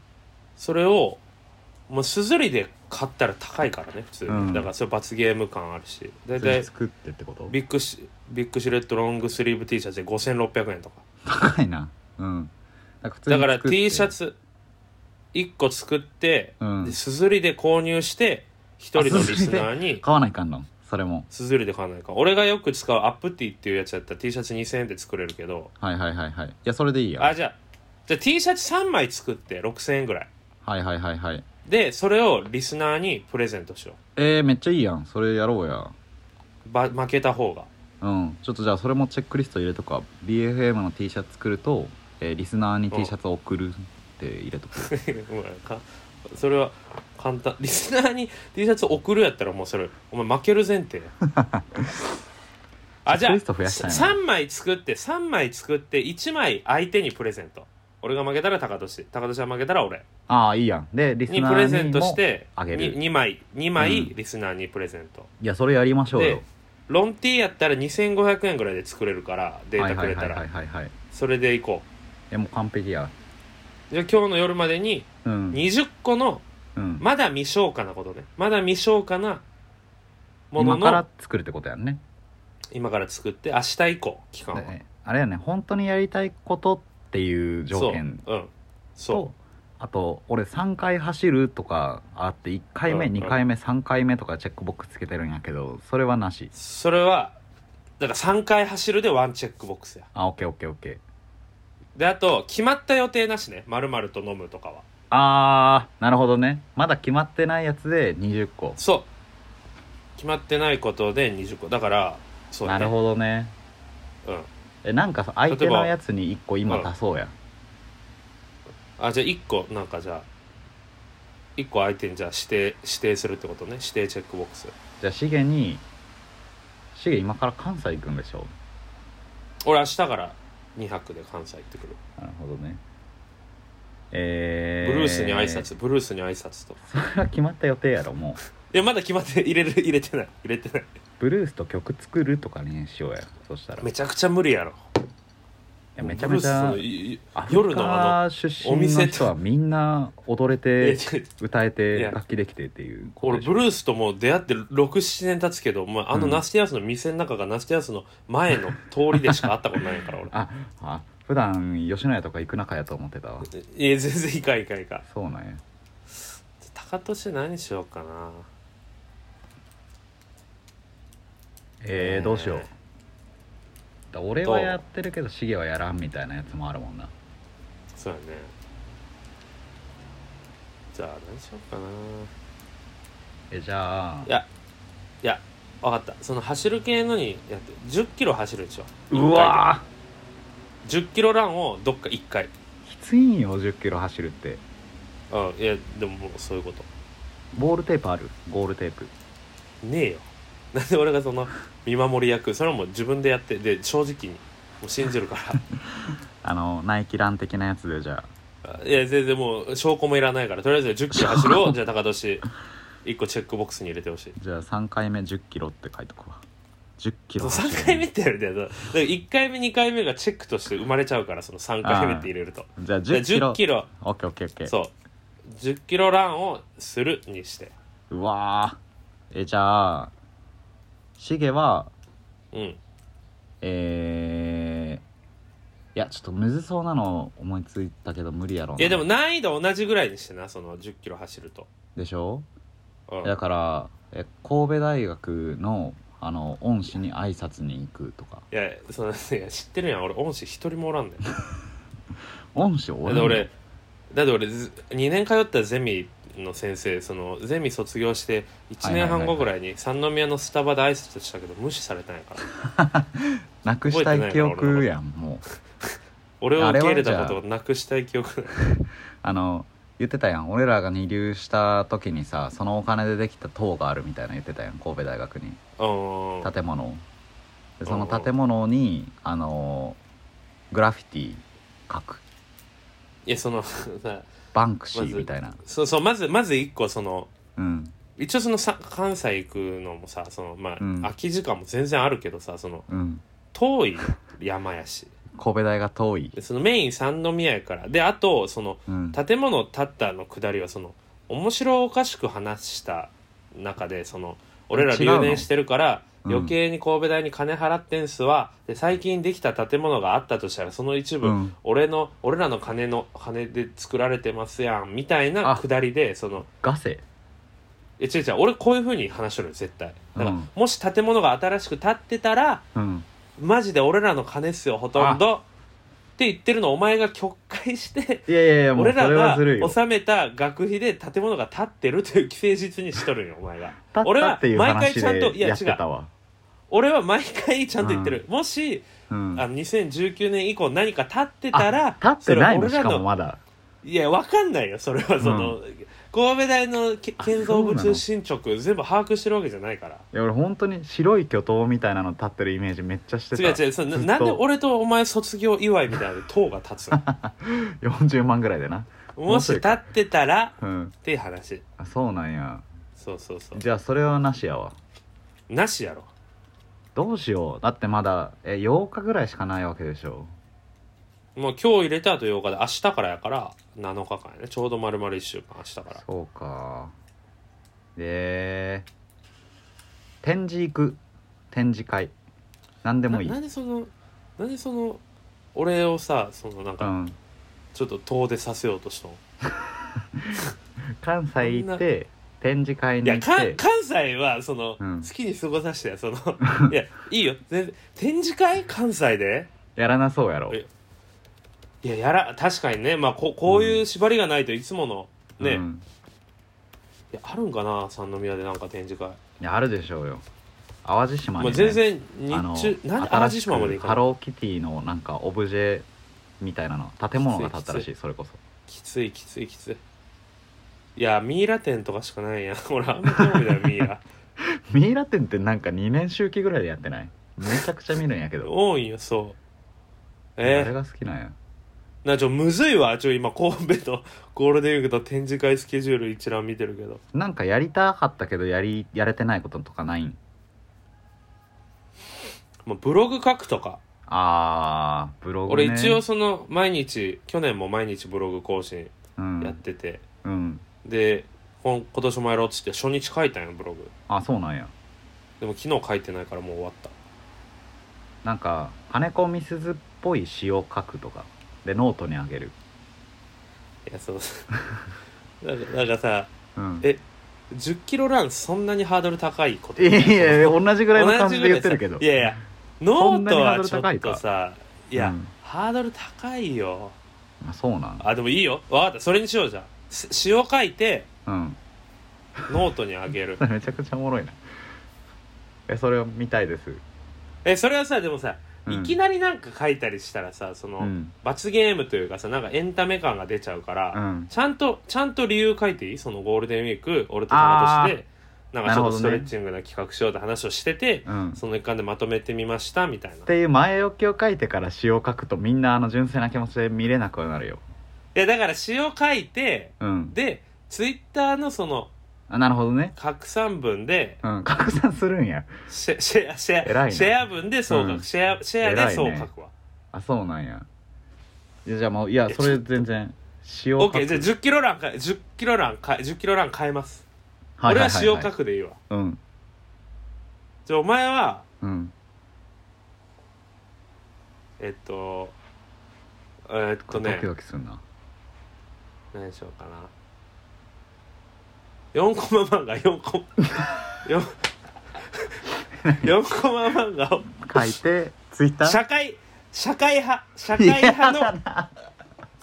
それをもうすずりで買ったら高いからね普通に、
うん
だからそれ罰ゲーム感あるし大
それ
体
作ってってこと
ビッグシビッグシルエットロングスリーブ T シャツで5600円とか
高いなうんだから普通に
だから
作って
T シャツ1個作って、
うん
ですずりで購入して1人のリスナーに
買わないかんのそれも
すずりで買わないか俺がよく使うアップティっていうやつやったら T シャツ2000円で作れるけど
はいはいはいはいいやそれでいいや
あじゃあじゃあ T シャツ3枚作って6000円ぐらい
はいはいはいはい
でそれをリスナーにプレゼントしよ
えー、めっちゃいいやんそれやろうや
うば負けた方が
うんちょっとじゃあそれもチェックリスト入れとくわ BFM の T シャツ作ると、えーリスナーに T シャツを送るって入れとく
うんかそれは簡単リスナーに T シャツ送るやったらもうそれお前負ける前
*laughs*
提あじゃあ
リスト増やしたいな
3枚作って3枚作って1枚相手にプレゼント俺が負けたら高俊高俊が負けたら俺
ああいいやんでリス
に
ナーにも
プレゼントして
あげる
2, 枚2枚
うん
リスナーにプレゼント、
いやそれやりましょうよ
でロン T やったら2500円ぐらいで作れるからデ
は
ー
い
タ
は
く
い
れ
は
た
いはい
ら
はいはい
それでいこ
えもう完璧や
うじゃあ今日の夜までに
うん
20個の
うん
まだ未消化なことねまだ未消化なものの
今から作るってことやんね
今から作って明日以降期間は、
であれやね本当にやりたいことっていう条件
そう,、うん、
と
そ
あと俺3回走るとかあって1回目
うんうん
2回目3回目とかチェックボックスつけてるんやけどそれはなし
うそれはだから3回走るでワンチェックボックスや
あオッケーオッケーオッケー
であと決まった予定なしねまるまると飲むとかは
あーなるほどねまだ決まってないやつで20個
そう決まってないことで20個だからそう、ね、
なるほどね
うん
えなんかさ相手のやつに1個今足そうや
あじゃあ1個なんかじゃあ1個相手にじゃあ指定指定するってことね指定チェックボックス
じゃあシゲにシゲ今から関西行くんでしょ
俺明日から2泊で関西行ってくる、
なるほどねえー、
ブルースに挨拶ブルースに挨拶と
それは決まった予定やろもう
いやまだ決まって入れる入れてない入れてない
ブルースと曲作るとかにしようやそしたら
めちゃくちゃ無理やろ
いやめちゃめちゃ
ブルースのいい
アフ
夜
リ
の
カ
あの
出
お
身
店
の
と
人はみんな踊れ
え
て
違う
歌え
い
て
や
楽器できてっていうこと
俺
でしょ
ブルースともう出会って67年経つけど、まあ、あの
うん
ナスティアスの店の中がナスティアスの前の通りでしか会ったことない
*laughs*
から俺
ああ普段吉野家とか行く仲やと思ってたわ
いや全然いいかいいかいいか
そうなんや
高俊何しようかな
え
え
ー、
ー
どうしようだ俺
ど
は
う
やってるけどシゲはやらんみたいなやつもあるもんな
そうやねじゃあ何しようかない
えじゃあ
やいや分かったその走る系のにやって1 0キロ走るでしょ
うわ
1 0キロランをどっか1回
ーきついんよ1 0キロ走るって
うんいやでももうそういうこと
ボールテープあるゴールテープ
ねえよ *laughs* なんで俺がその見守り役それはもう自分でやってで正直にもう信じるか
あのナイキラン的なやつでじゃあ
ら *laughs* いや全然もう証拠もいらないからとりあえず1 0キロ走
*laughs*
るをじゃあ高年1個チェックボックスに入れてほしい
じゃあ3回目1 0キロって書いとくわ1 0キロ走る
3回目ってやるんだよだから1回目2回目がチェックとして生まれちゃうからその3回目って入れると
じゃあ1
じゃあ
0キロ
10キロ
オッケーオッケーオッケー
そう10キロランをするにして
うわーえじゃあシゲは
うん
えー、いやちょっとむずそうなの思いついたけど無理やろない
やでも難易度同じぐらいにしてなその1 0キロ走ると、
でしょ
うん、
だからえ神戸大学のあの恩師に挨拶に行くとか
いやそのいや知ってるやん俺恩師一人もおらんねん
恩師
だっ
俺
て俺だって俺ず2年通ったゼミの先生そのゼミ卒業して1年半後ぐらいに三宮のスタバで挨拶したけど無視されたんやから
なくしたい記憶やんもう
俺を受け
あ
入れ
れ
た
はじ
こ
ゃあ
とをなくしたい記憶
あの言ってたやん俺らが二流した時にさそのお金でできた塔があるみたいな言ってたやん神戸大学に
うん
建物をでその
うんうん
建物にあのグラフィティ書く
いやそのさ
バンクシ
まず
ーみたいな、
そうそうまずまず1個その
うん
一応そのさ関西行くのもさそのまあ、
うん
空き時間も全然あるけどさその
うん
遠い山やし
神戸大が遠い
でそのメイン三宮やからであとその
うん
建物建ったの下りはその面白おかしく話した中でその俺ら
違うの
留年してるから
うん
余計に神戸大に金払ってんすわ、で最近できた建物があったとしたらその一部、
うん
俺の俺らの金の金で作られてますやんみたい
あ
な下りでその
ガセ
え違う違う俺こういうふうに話しとるよ絶対だから、
うん
もし建物が新しく建ってたら
うん
マジで俺らの金っすよほとんどって言ってるのをお前が曲解して
いやいやいやもう
俺
そ
ら
れは
が
ずるいよ
納めた学費で建物が建ってるという既成実にしとるんよお前が
立っ
俺
た
は
っていう
毎回
話
ちゃんと
で
いや
やってたわ
俺は毎回ちゃんと言ってる、もし
うん
あの2019年以降何か建ってたら
立ってないの
そ
し
れ
か
俺ら
もまだ
いやわかんないよそれはその、神戸大のけ
あ
建造
そうなの
物進捗全部把握してるわけじゃないから
いや俺本当に白い巨塔みたいなの立ってるイメージめっちゃしてた
違う違うその
ずっと
なんで俺とお前卒業祝いみたいなので塔が立つ
*laughs*
の
40万ぐらいでな
もし立ってたら
うん
っていう話
あそうなんや
そうそうそう
じゃあそれはなしやわ
なしやろ
どうしようだってまだえ8日ぐらいしかないわけでしょ
もう今日入れたあと8日で明日からやから7日間やねちょうど丸々1週間明日から
そうかで展示行く展示会何でもいい
ななんでそのなんでその俺をさそのなん
う
か
ん
ちょっと遠出させようとしたの、
関西行って展示会
い
に行
や
っ
か
て
関西はその、
うん
好きに過ごさせて
*laughs*
よそのいやいいよ全然展示会関西で
やらなそうやろ
えいややら確かにねまあここういう縛りがないといつものね、
うん
いやあるんかな三宮でなんか展示会
いやあるでしょうよ淡路島に、
ま
ね
あ、全然
あの
日中なんで淡
新
路
しく
島まで行か
ハ
ない
ローキティのなんかオブジェみたいなの建物が建ったらしいそれこそ
きついきついきついいやミイラ店とかしかないやん *laughs* ほらあんま興味ないミイ
*laughs*
ラ
ミイラ店ってなんか2年周期ぐらいでやってないめちゃくちゃ見るんやけど、
多いよそう
あれ
え
が好きなんや
ー、なちょむずいわちょ今神戸と *laughs* ゴールデンウィークと展示会スケジュール一覧見てるけど
なんかやりたかったけどやりやれてないこととかないん
もうブログ書くとか
あーブログ、
俺
ね、
一応その毎日去年も毎日ブログ更新
うん
やってて、
うん
で今今年もやろうっつって初日書いたんよブログ
あそうなんや
でも昨日書いてないからもう終わった
なんか金子みすずっぽい詩を書くとかでノートにあげる
いやそう *laughs* なんかなんかさ
うん
え1 0キロランそんなにハードル高いこと
いやいや同じぐらいの感じで言ってるけど
同じぐらいさいやいや
そ
ノ
んな
ー
に
ト
ハー
は
ドル
ちょ
高
っ
いか
とさいや、
うん
ハードル高いよ
あそうなん
あでもいいよわかったそれにしようじゃんし詩を書いて
うん *laughs*
ノートにあげる
めちゃくちゃおもろいなえそれを見たいです
えそれはさでもさ
うん
いきなりなんか書いたりしたらさその、
うん
罰ゲームというかさなんかエンタメ感が出ちゃうから、
うん
ちゃんとちゃんと理由書いていいそのゴールデンウィーク俺と友達でなんかちょっとストレッチングな企画しようって話をしてて、
うん
その一環でまとめてみましたみたいな
っていう前置きを書いてから詩を書くとみんなあの純粋な気持ちで見れなくなるよ
いやだから詩を書いて
うん
でツイッターのその
あなるほどね
拡散文で
うん *laughs* 拡散するんや
シェシェアシェ
偉い
ア
な
シェア文でそう書く、
うん
シェアシェアでそう書くわ、
あそうなんやいやじゃあもういやそれ全然詩を
オ
書く
ッケーじゃあ10キロランか10キロランか10キロラン変えます、
いいいい
俺は詩を書くでいいわ
うん
じゃあお前は
うん
えっとえっと
ド
ね
キドキすんな
何しようかな4コマ漫画4コ
*laughs*
4, 4コマ漫画を
書いてツイッター
社会社会派社会派の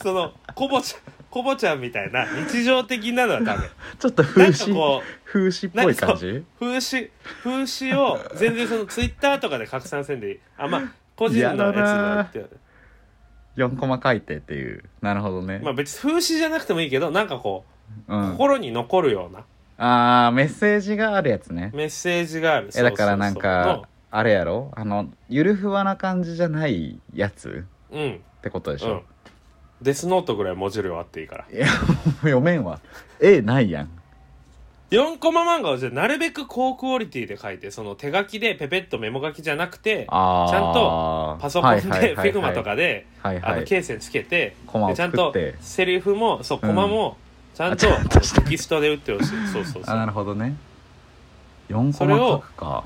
そのこぼちゃこぼちゃんみたいな日常的なのはダメ
ちょっと
なん
*laughs* 風
か
刺
こ
風刺っぽい感じ
う風刺風刺を全然そのツイッターとかで拡散せんでいいあまあ個人のやつだって
4コマ書いてっていうなるほどね、
まあ別に風刺じゃなくてもいいけどなんかこう、
うん、
心に残るような
あーメッセージがあるやつね
メッセージがある
えだからなん
そうそう
かあれやろあのゆるふわな感じじゃないやつ
そうのうん
ってことでし
うん
ょ、、
デスノートぐらい文字量あっていいから
いやもう *laughs* 読めんわ絵ないやん
4コマ漫画をじゃあなるべく高クオリティで書いてその手書きでペペッとメモ書きじゃなくて
あー
ちゃんとパソコンで
はいはいはいはい
Figma とかで
はい
あ
は
の
い
ケースにつけて
コマを
でちゃん
作っ
と
て
セリフもそうコマもちゃんと
あち
あ
ゃん
の
として
テキストで打ってほしいそうそうそ
あなる
う
ほどね4コ
それ
マ
を
書くか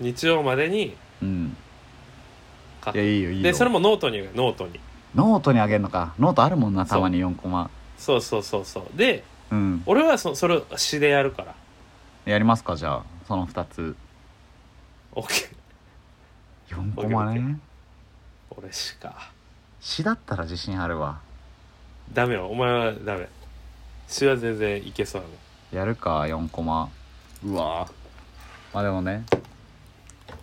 日曜までに
うん
書
いや
く
いいよいいよ
でそれもノートにノートに
ノートにあげるのかノートあるもんなたまに4コマ
そうそうそうそうで
うん
俺はそそれを詩でやるから
やりますかじゃあその2つ
OK
4コマね
俺しか
詩だったら自信あるわ
ダメよお前はダメ詩は全然いけそうだもん
やるか4コマうわーまあでもね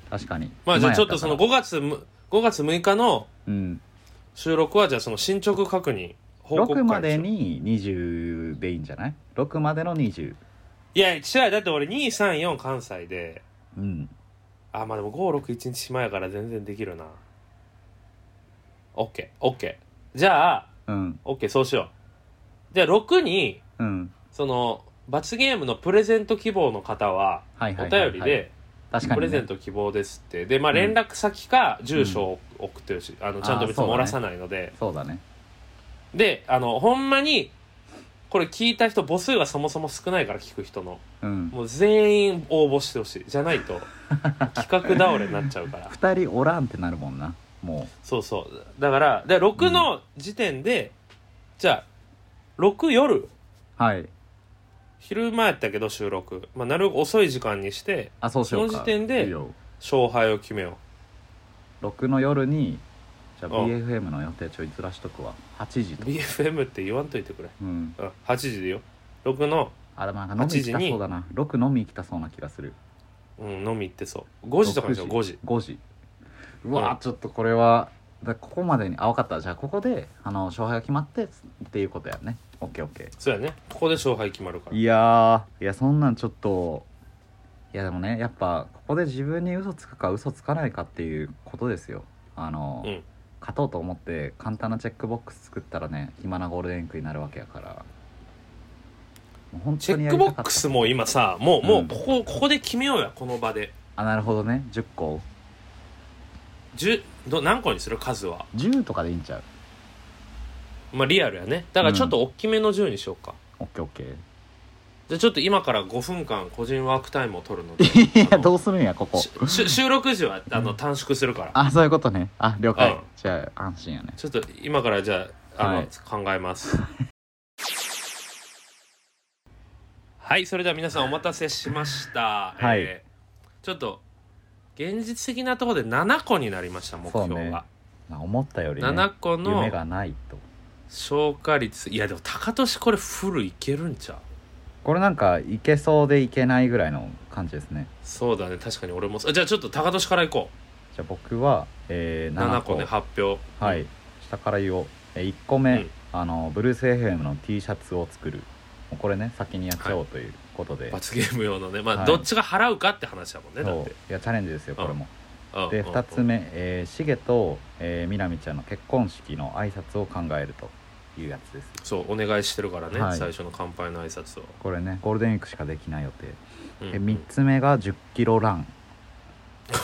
確かに
まあじゃあ
今
ちょ
や
ったとそ
から
の5月む5月6日の
うん
収録はじゃあその進捗確認報告会
6まで
しよ
に20でいいんじゃない ?6 までの20
ういや違うだって俺234関西で
うん
あまあでも561日前やから全然できるな OKOK じゃあ
うん
OK そうしようじゃあ6に
うん
その罰ゲームのプレゼント希望の方は
はい
お
はいはい、はい、
便りで
確かにね、
プレゼント希望ですって、でまあ連絡先か住所を送ってほしい、あのちゃんと別に
あーそうだね
漏らさないので、
そうだね
であのほんまにこれ聞いた人母数がそもそも少ないから聞く人の
うん
もう全員応募してほしいじゃないと企画倒れになっちゃ
*laughs*
うから
2人おらんってなるもんなも
そうそうだからで6の時点で、じゃあ6夜
うはい
昼間やったけど収録、まあ、なるべく遅い時間にして
あそうしようか
その時点で
いいよ
勝敗を決めよう
6の夜にじゃあ
うん
BFM の予定ちょいずらしとくわ8時と
BFM って言わんといてくれ、
うん
うん、8時でよ6の
あでもなんか飲み行きたそうだな6飲み行きたそうな気がする
うん飲み行ってそう5時とかでしょ5時
5時うわ、
うん
ちょっとこれはだここまでにあ分かったじゃあここであの勝敗が決まってっていうことやねオッケーオッケ
そうやねここで勝敗決まるか
ー
ら
いやーいやそんなんちょっといやでもねやっぱここで自分に嘘つくか嘘つかないかっていうことですよあの、
うん
勝とうと思って簡単なチェックボックス作ったらね暇なゴールデンウィークになるわけやからもう本
チ
当
ェ
に
ッ
や
ク
りた
ボ
かった
ックスも今さもう
う
も
ん
うここ,、ここで決めようやこの場で
あなるほどね10個
10ど何個にする数は
10とかでいいんちゃう
まあリアルやねだからちょっと大きめの10にしようか、
オッケーオッケー
じゃあちょっと今から5分間個人ワークタイムを取るので
い
あ
や
の
どうするんやここ
しし収録時はあの短縮するから
あそういうことねあ了解、
うん
じゃあ安心やね
ちょっと今からじゃああの、
はい
考
*laughs*
えますはいそれでは皆さんお待たせしました、
はい
えーちょっと現実的なところで7個になりました目標
そうね
が、
まあ思ったよりね
7個の
夢がないと
消化率いやでも高俊これフルいけるんちゃう
これなんかいけそうでいけないぐらいの感じですね
そうだね確かに俺もそうじゃあちょっと高俊からいこ
じゃあ僕は、え
う
ー、7
7
個
個ね発表
はい、下から言おう、え1個目、
うん
あのブルース FM の T シャツを作るもうこれね先にやっちゃおうということで、
罰ゲーム用のねまあ、
はい
どっちが払うかって話だもんねだ
そ
っ
う
て
いやチャレンジですよこれも、
うん
で
うん
2つ目、えー、シゲと、えー、みなみちゃんの結婚式の挨拶を考えるというやつです
そうお願いしてるからね、
はい
最初の乾杯の挨拶を、
これねゴールデンウィークしかできない予定
うん
で3つ目が1 0キロラン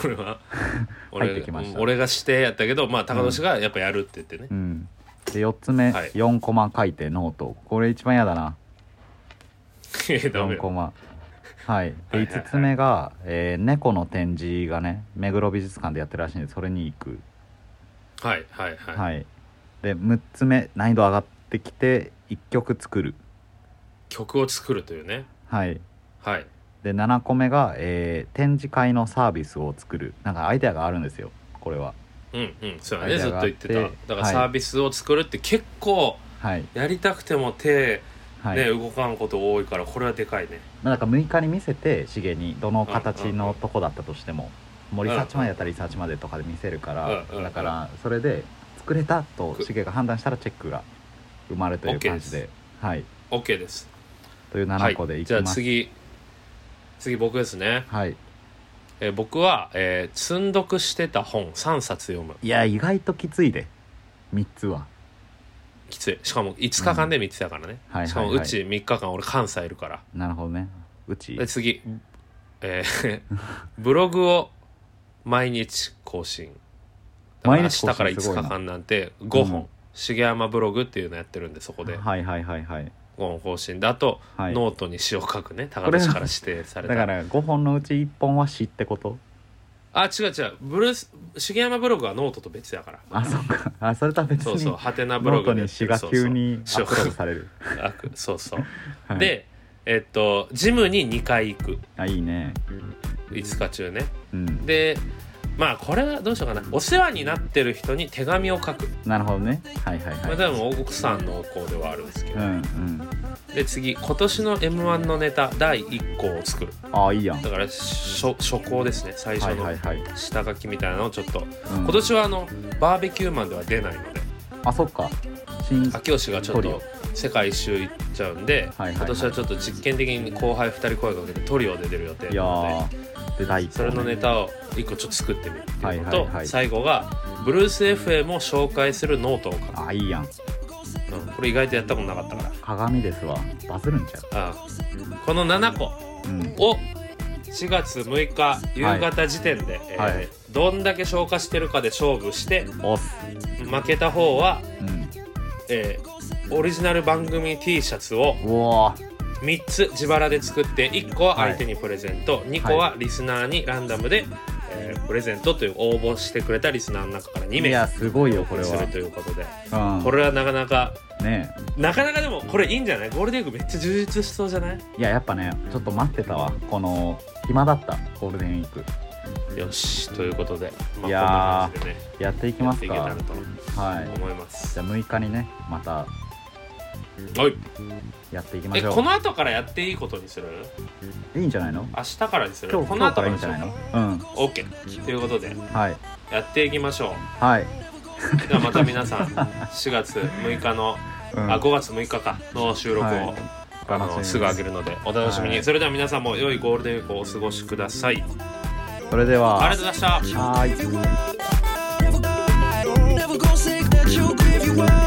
これは
*laughs* 入っ
俺
てきました
うん俺がしてやったけどまあ高俊がやっぱやるって言って *laughs* ね、
うんで4つ目、
はい
4コマ書いてノートこれ一番嫌だな
いやダメ
4コマはいで
はいはいは
5
い
つ目が、えー猫の展示がね目黒美術館でやってるらしいんでそれに行く
はいはいはい、
はいで6つ目難易度上がってきて1曲作る
曲を作るというね
はい
はい
で7個目が、えー展示会のサービスを作るなんかアイデアがあるんですよこれは
うんうんそうだ
アイ
ね
デ
ず
ア
っ
があ
と
っ
言っててただからサービスを作るって結構
はい
やりたくても手、
はい、
ね動かんこと多いからこれはでかいね
まあ、なんか6日に見せてシゲにどの形のとこだったとしても,、もうリサーチまでやったらリサーチまでとかで見せるから、
うんうん
だからそれで作れたとシゲが判断したらチェックが生まれという
OK です
感じではい、
OK です
という
は
7
い
個でいき
じゃあ
ます、はい
次次僕ですね、えー僕は、えー積んどくしてた本3冊読む
い、や意外ときついで3つは
きついしかも5日間で3つだからね、
はいはいはい
しかもうち3日間俺関西いるから
なるほどねうち
で次、えー *laughs* ブログを毎日更新だから
毎日更新
明日から
すごいな
5日間なんて5
うん
本重山ブログっていうのやってるんでそこで5
はいはいはいはい
本更新であと、
はい
ノートに詩を書くね高
これ
田氏から指定され
だ
た
から5本のうち1本は詩ってこと
あ違う違うブルース重山ブログはノートと別だから
あそっかあそれとは別
そう
に *laughs*
そうハテナブ
ノ
ロ
ート
グで
に詩が急にア
そ
ッ
う
プロード
そう
される、
あそ
*laughs*
うそう
はい、
でえっとジムに2回行く
あいいね
5日中ね
うん
でまあこれはどうしようかなお世話になってる人に手紙を書く、
なるほどねはいはい
ま
は
あ、
い
でも奥さんのお香ではあるんですけ
う
ど、
んうん
で次今年の m 1のネタ第1項を作る
ああいいやんは
だから初初稿ですね最
い
初
は
の
いはい、
下書きみたいなのをちょっと、
うん
今年はあのバーベキューマンでは出ないので
あそっか新
秋吉がちょっ
トリオ
と世界一周行っちゃうんで、
はいはい
今年はちょっと実験的に後輩2人声かけてトリオで出る予定
いや
なので
ーで第一
それのネタを一個ちょっと作ってみるっていうのと、
はいはいはい
最後がブルース FM を紹介するノートを書く、
あいいやん
うんこれ意外とやったことなかったから
鏡ですわバズるんちゃ
あこの7個
ううん
を4月6日夕方時点で、えー
はい
どんだけ消化してるかで勝負して
おっす
負けた方は、
うん
えーオリジナル番組 T シャツを
うおー
3つ自腹で作って1個は相手にプレゼント、2個はリスナーにランダムで、えープレゼントという応募してくれたリスナーの中から2名
いやすごいよこれ
する
は
ということで、
うん
これはなかなか
ね
なかなかでもこれいいんじゃないゴールデンウィークめっちゃ充実しそうじゃない
えいややっぱねちょっと待ってたわこの暇だったゴールデンウィーク
よしということで、まあ、
いやー
こんな感じでね
やっていき
や
ま
っ
す
てい
か
けたら
は
と
い
思います
じゃあ6日にねまた
はい
やっていきま
え
しょう
この後からやっていいことにする
いいんじゃないの
明日からにする
今日
こ
今
の
日
後
か
から
いい
ら
ん
にし
じ
よ
ゃ
う
ないのうん
か OK ということで
はい
やっていきましょ
はい、
うではまた皆
*laughs*
さん4月6日の
うん
あ5月6日かの収録を、
はい
あ
楽しみ
の
です
すぐ上げるのでお楽しみに、
はい
それでは皆さんも良いゴールデンウィークをお過ごしください
それでは
ありがとうございました
はい
Never gonna say that you'll give you up.